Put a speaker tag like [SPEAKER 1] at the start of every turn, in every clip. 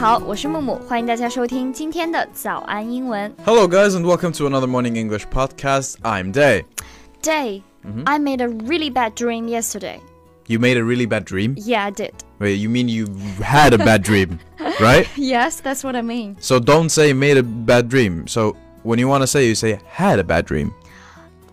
[SPEAKER 1] 好，我是木木，欢迎大家收听今天的早安英文。
[SPEAKER 2] Hello, guys, and welcome to another Morning English podcast. I'm Day.
[SPEAKER 1] Day, I made a really bad dream yesterday.
[SPEAKER 2] You made a really bad dream?
[SPEAKER 1] Yeah, I did.
[SPEAKER 2] Wait, you mean you had a bad dream, right?
[SPEAKER 1] Yes, that's what I mean.
[SPEAKER 2] So don't say made a bad dream. So when you want to say, you say had a bad dream.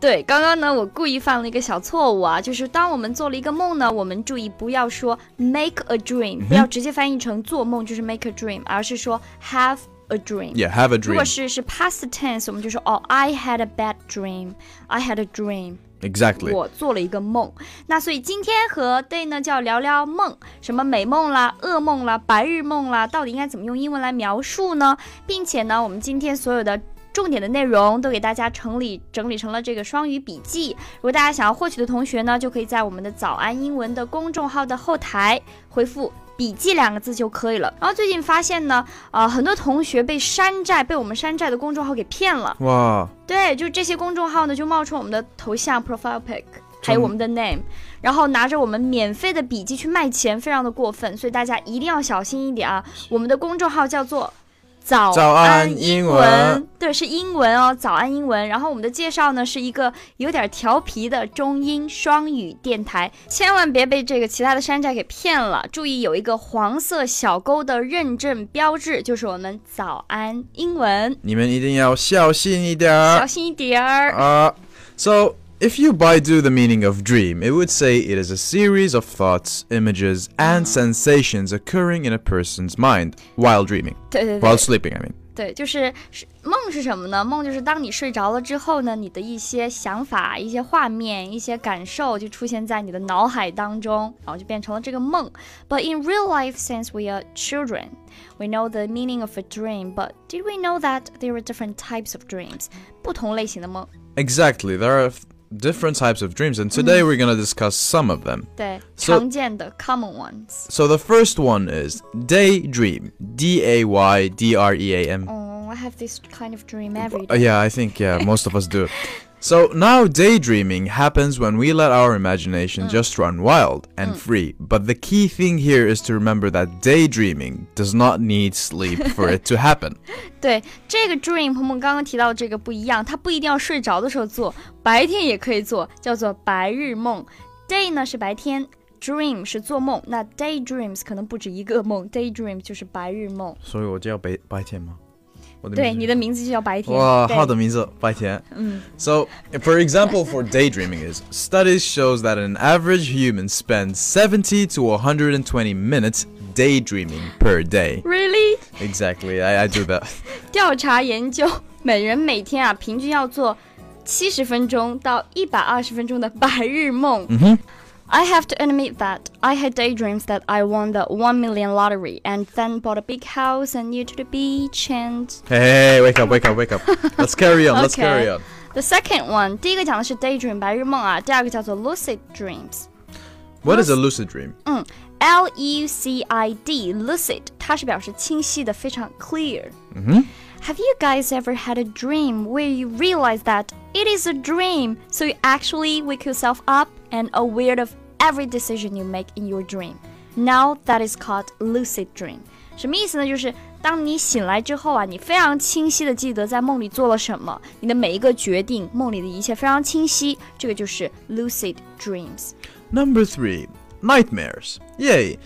[SPEAKER 1] 对，刚刚呢，我故意犯了一个小错误啊，就是当我们做了一个梦呢，我们注意不要说 make a dream，不要直接翻译成做梦就是 make a dream，而是说 have a dream。
[SPEAKER 2] Yeah, have a
[SPEAKER 1] 如
[SPEAKER 2] dream.
[SPEAKER 1] 果是是 past tense，我们就说哦，I had a bad dream，I had a dream。
[SPEAKER 2] Exactly.
[SPEAKER 1] 我做了一个梦。那所以今天和 Day 呢，就要聊聊梦，什么美梦啦、噩梦啦、白日梦啦，到底应该怎么用英文来描述呢？并且呢，我们今天所有的。重点的内容都给大家整理整理成了这个双语笔记。如果大家想要获取的同学呢，就可以在我们的“早安英文”的公众号的后台回复“笔记”两个字就可以了。然后最近发现呢，呃，很多同学被山寨被我们山寨的公众号给骗了。
[SPEAKER 2] Wow.
[SPEAKER 1] 对，就这些公众号呢，就冒充我们的头像 profile pic，还有我们的 name，然后拿着我们免费的笔记去卖钱，非常的过分，所以大家一定要小心一点啊！我们的公众号叫做“早
[SPEAKER 2] 早安
[SPEAKER 1] 安
[SPEAKER 2] 英
[SPEAKER 1] 文”，
[SPEAKER 2] 文
[SPEAKER 1] 对，是英文哦，“早安英文”。然后我们的介绍呢，是一个有点调皮的中英双语电台，千万别被这个其他的山寨给骗了。注意有一个黄色小勾的认证标志，就是我们“早安英文”，小
[SPEAKER 2] 你们一定要小心一点儿啊。
[SPEAKER 1] 心一点儿。
[SPEAKER 2] Uh, So if you Baidu the meaning of dream, it would say it is a series of thoughts, images, and sensations occurring in a person's mind while dreaming,
[SPEAKER 1] 对对对
[SPEAKER 2] while sleeping. I mean.
[SPEAKER 1] 对，就是是梦是什么呢？梦就是当你睡着了之后呢，你的一些想法、一些画面、一些感受就出现在你的脑海当中，然后就变成了这个梦。But in real life, since we are children, we know the meaning of a dream. But did we know that there are different types of dreams? 不同类型的梦，
[SPEAKER 2] Exactly. There are f- different types of dreams,
[SPEAKER 1] Hmm.
[SPEAKER 2] and today we're going to discuss some of them.
[SPEAKER 1] 对
[SPEAKER 2] So-
[SPEAKER 1] 常见的 common ones。
[SPEAKER 2] So the first one is daydream. D A Y D R E A M.
[SPEAKER 1] Oh, I have this kind of dream every
[SPEAKER 2] Uh,
[SPEAKER 1] day.
[SPEAKER 2] Yeah, I think yeah, most of us do. So now daydreaming happens when we let our imagination
[SPEAKER 1] Hmm.
[SPEAKER 2] just run wild and free. But the key thing here is to remember that daydreaming does not need sleep for it to happen.
[SPEAKER 1] 对这个 dream 和我们刚刚提到的这个不一样，它不一定要睡着的时候做，白天也可以做，叫做白日梦。Day 呢是白天，dream 是做梦，那 daydreams 可能不止一个梦，daydream 就是白日梦。对，你的名字就叫白天。对
[SPEAKER 2] 哇，好的名字，白天。So, for example, for daydreaming is studies shows that an average human spends 70 to 120 minutes daydreaming per day.
[SPEAKER 1] Really？
[SPEAKER 2] Exactly, I, I do that.
[SPEAKER 1] 调查研究，每人每天啊平均要做七十分钟到一百二十分钟的白日梦。I have to admit that I had daydreams that I won the one million lottery and then bought a big house and new to the beach and
[SPEAKER 2] Hey, hey, hey, wake up, wake up, wake up. Let's carry on. Let's
[SPEAKER 1] Okay.
[SPEAKER 2] carry on.
[SPEAKER 1] the second one。第一个讲的是 daydream 白日梦啊，第二个叫做 lucid dreams。
[SPEAKER 2] What is a lucid dream?
[SPEAKER 1] 嗯，L E U C I D lucid，它是表示清晰的，非常 clear。嗯 Have you guys ever had a dream where you realize that it is a dream, so you actually wake yourself up and aware of every decision you make in your dream? Now that is called lucid dream. 什么意思呢？就是当你醒来之后啊，你非常清晰的记得在梦里做了什么，你的每一个决定，梦里的一切非常清晰，这个就是 lucid dreams。
[SPEAKER 2] Number three, nightmares. Yay.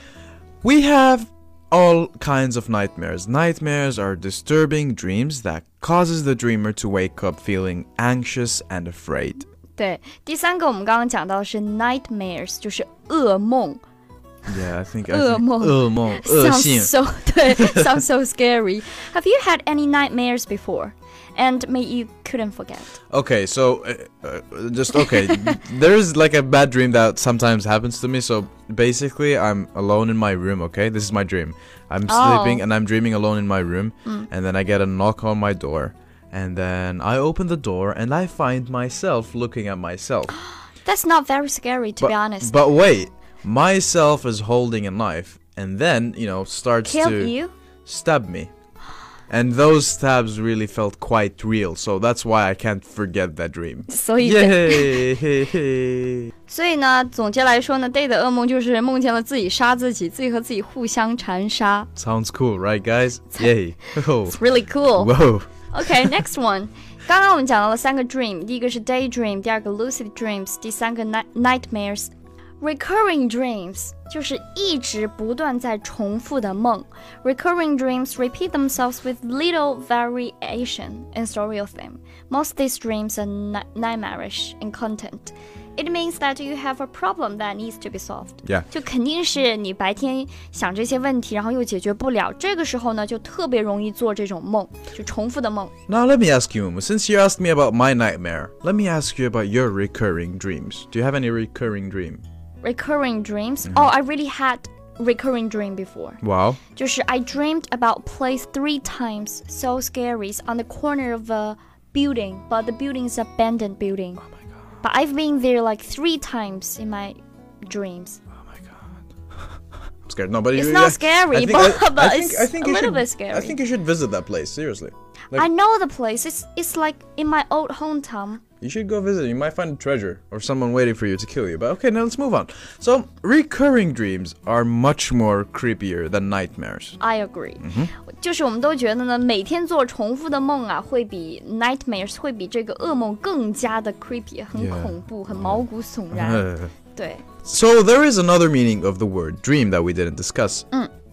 [SPEAKER 2] We have all kinds of nightmares. Nightmares are disturbing dreams that causes the dreamer to wake up feeling anxious and afraid.
[SPEAKER 1] 对，第三个我们刚刚讲到的是 nightmares，就是噩梦。
[SPEAKER 2] Yeah, I think
[SPEAKER 1] 噩梦。
[SPEAKER 2] I think 恶梦恶性
[SPEAKER 1] Sounds so 对，sounds so scary. Have you had any nightmares before? And maybe you couldn't forget.
[SPEAKER 2] Okay, so uh, uh, just okay. There's like a bad dream that sometimes happens to me. So basically, I'm alone in my room. Okay, this is my dream. I'm
[SPEAKER 1] Oh. Hmm.
[SPEAKER 2] sleeping and I'm dreaming alone in my room, and then I get a knock on my door, and then I open the door and I find myself looking at myself.
[SPEAKER 1] That's not very scary, to be honest.
[SPEAKER 2] But wait, myself is holding a knife, and then you know starts
[SPEAKER 1] Kill
[SPEAKER 2] to
[SPEAKER 1] you?
[SPEAKER 2] stab me. And those stabs really felt quite real, so that's why I can't forget that dream.
[SPEAKER 1] 所以
[SPEAKER 2] Yay! Hey, hey.
[SPEAKER 1] 所以呢，总结来说呢，Day 的噩梦就是梦见了自己杀自己，自己和自己互相残杀。
[SPEAKER 2] Sounds cool, right, guys? Yay! Oh,
[SPEAKER 1] It's really cool.
[SPEAKER 2] whoa!
[SPEAKER 1] OK, next one. 刚刚我们讲到了三个 dream，第一个是 daydream，第二个 lucid dreams，第三个 night nightmares。Recurring dreams 就是一直不断在重复的梦。Recurring dreams repeat themselves with little variation in story of them. Most these dreams are ni- nightmarish in content. It means that you have a problem that needs to be solved.
[SPEAKER 2] Yeah.
[SPEAKER 1] 就肯定是你白天想这些问题，然后又解决不了，这个时候呢，就特别容易做这种梦，就重复的梦。
[SPEAKER 2] Now let me ask you, Umu, since you asked me about my nightmare, let me ask you about your recurring dreams. Do you have any recurring dream?
[SPEAKER 1] Recurring dreams. Oh, I really had recurring dream before.
[SPEAKER 2] Wow.
[SPEAKER 1] 就是 I dreamed about place three times, so scary, It's on the corner of a building, but the building is abandoned building. Oh my god. But I've been there like three times in my dreams.
[SPEAKER 2] Oh my god. I'm scared. No, but
[SPEAKER 1] It's
[SPEAKER 2] you-
[SPEAKER 1] not
[SPEAKER 2] yeah.
[SPEAKER 1] scary,
[SPEAKER 2] I think-
[SPEAKER 1] but-
[SPEAKER 2] I- I
[SPEAKER 1] but
[SPEAKER 2] think-
[SPEAKER 1] it's
[SPEAKER 2] I think
[SPEAKER 1] a
[SPEAKER 2] you
[SPEAKER 1] little
[SPEAKER 2] should-
[SPEAKER 1] bit scary.
[SPEAKER 2] I think you should visit that place. Seriously, Like-
[SPEAKER 1] I know the place. It's it's like in my old hometown.
[SPEAKER 2] you should go visit. You might find a treasure or someone waiting for you to kill you. But okay, now let's move on. So recurring dreams are much more creepier than nightmares.
[SPEAKER 1] I agree，、就是我们都觉得呢，每天做重复的梦啊，会比 nightmares 会比这个噩梦更加的 creepy，很
[SPEAKER 2] Yeah. 嗯
[SPEAKER 1] 恐怖，很毛骨悚然。对
[SPEAKER 2] So there is another meaning of the word dream that we didn't discuss.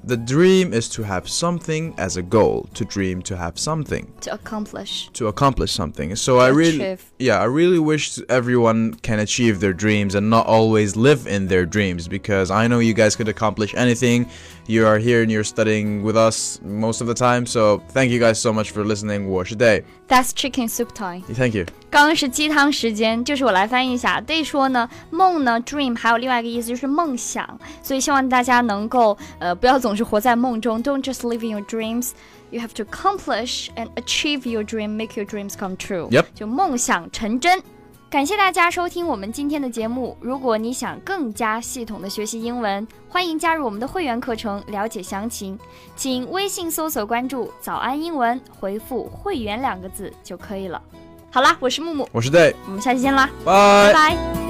[SPEAKER 2] The dream is to have something as a goal, to dream to have something,
[SPEAKER 1] ，to accomplish。
[SPEAKER 2] to accomplish something. So I really
[SPEAKER 1] achieve.
[SPEAKER 2] yeah, I really wish everyone can achieve their dreams and not always live in their dreams because I know you guys could accomplish anything. You are here and you're studying with us most of the time. So thank you guys so much for listening. Wash a day.
[SPEAKER 1] That's chicken soup time。
[SPEAKER 2] Thank you.
[SPEAKER 1] 刚刚是鸡汤时间，就是我来翻译一下。Day 说呢，梦呢，dream 还有另外一个意思就是梦想，所以希望大家能够呃不要总是活在梦中，Don't just live in your dreams。You have to accomplish and achieve your dream, make your dreams come true.
[SPEAKER 2] Yep.
[SPEAKER 1] 就梦想成真。感谢大家收听我们今天的节目。如果你想更加系统的学习英文，欢迎加入我们的会员课程，了解详情。请微信搜索关注“早安英文”，回复“会员”两个字就可以了。好啦，我是木木，
[SPEAKER 2] Wash a day.
[SPEAKER 1] 我们下期见啦，拜
[SPEAKER 2] Bye.
[SPEAKER 1] 拜。